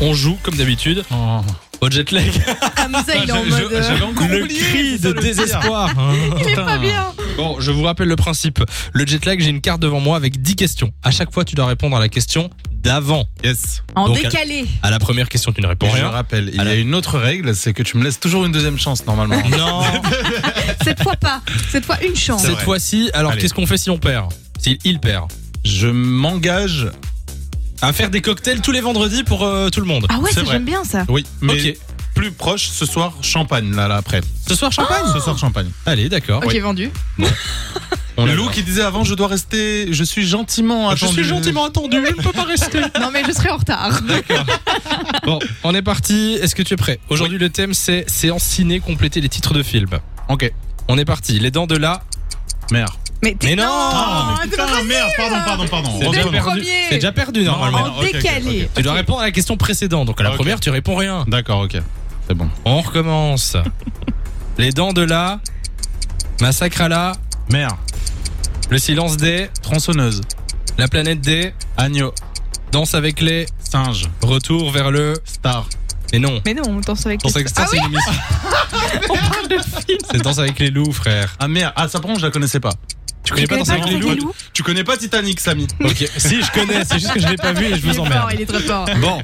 On joue comme d'habitude Oh. au jet lag. Hamza, il est en Je- je- mode. euh, j'avais encore Le oublié, cri c'est ça, de le pire. désespoir. Il est pas Putain. bien. Bon, je vous rappelle le principe. Le jet lag, j'ai une carte devant moi avec 10 questions. À chaque fois, tu dois répondre à la question d'avant. Yes. En Donc, euh, décalé. À la première question, tu ne réponds Pour je le rien. rappelle, il y Alors- a une autre règle, c'est que tu me laisses toujours une deuxième chance normalement. Non. Cette fois pas. Cette fois une chance. C'est Cette vrai. fois-ci, alors Allez. qu'est-ce qu'on fait si on perd S'il il perd je m'engage. À faire des cocktails tous les vendredis pour euh, tout le monde. Ah ouais, c'est ça, vrai. j'aime bien ça. Oui, mais Ok. plus proche ce soir champagne là, là après. Ce soir, champagne Ce soir champagne. Allez, d'accord. Ok, vendu. On Lou qui disait avant je dois rester, je suis gentiment Je attendu. suis gentiment attendu, je ne peux pas rester. Non, mais je serai en retard. Bon, on est parti. Est-ce que tu es prêt Aujourd'hui, le thème, c'est séance ciné, compléter les titres de films. Ok. On est parti. Les dents de la. Merde. Mais, t'es- Mais non Ah, mais c'est Oh, pas putain, merde, pardon, pardon, pardon. C'est On déjà reprend. le perdu. premier. C'est déjà perdu normalement. En non, ok, ok, décalé. ok. Tu dois répondre à la question précédente. Donc à la Ok. première, tu réponds rien. D'accord, ok. C'est bon. On recommence. les dents de la. Massacre à la. Merde. Le silence des. Tronçonneuse. La planète des. Agneau. Danse avec les. Singe. Retour vers le. Star. Mais non. Mais non, on danse avec Danse avec les- ça, c'est une émission. C'est Danse avec les loups, frère. Ah merde. Ah, ça prend, je la connaissais pas. Tu Tu connais pas Danse avec les loups Tu connais pas Titanic, Sami Ok. Si, je connais. C'est juste que je l'ai pas vu et je Il est vous fort, emmerde. il est très fort. Bon,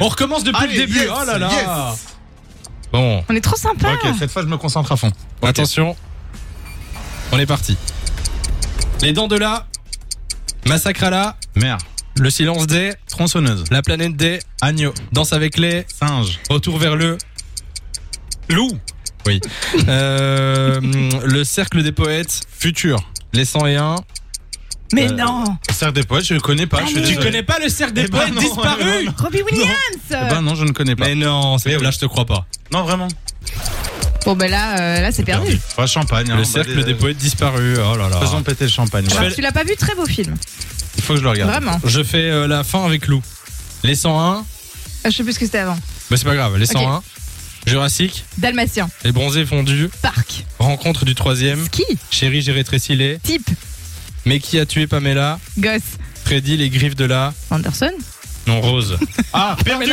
on recommence depuis Allez, le début. yes, oh là là. yes. Bon, On est trop sympa. Ok, cette fois je me concentre à fond. attention. On est parti. Les dents de la. Massacre à la. Merde. Le silence des. Tronçonneuse. La planète des. Agneau. Danse avec les. Singe. Retour vers le. Loup. Oui. Euh, le cercle des poètes. Futur. Les 101. Mais Euh, non. Serre des poètes, je le connais pas. Ah, je suis Ah, Tu désolé. connais pas le cercle des Eh ben poètes non, eh ben disparu non. Robbie Williams. Eh ben non, je ne connais pas. Mais non, c'est- Mais oui. là je te crois pas. Non, vraiment. Bon, ben là, euh, là c'est perdu. Pas champagne. hein, Le bah, cercle des- des poètes disparus. Oh là là. Faisons péter le champagne. Je ouais. fais- Tu l'as pas vu, très beau film. Il faut que je le regarde. Vraiment. Je fais euh, la fin avec Lou. Les 101. Ah, Je sais plus ce que c'était avant. Bah c'est pas grave, les Ok. 101. Jurassic, Dalmatien. les bronzés fondus, Parc. rencontre du troisième, Ski. chérie j'ai rétréci les, Type. mais qui a tué Pamela, Gosse. Freddy les griffes de la, Anderson. non Rose, Ah, perdu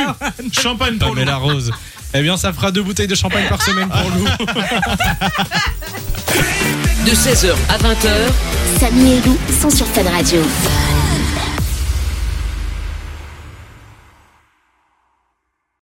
Champagne pour Pamela Rose. Eh bien ça fera deux bouteilles de champagne par semaine pour Lou. De 16h à 20h, Samy et Lou sont sur Fun Radio.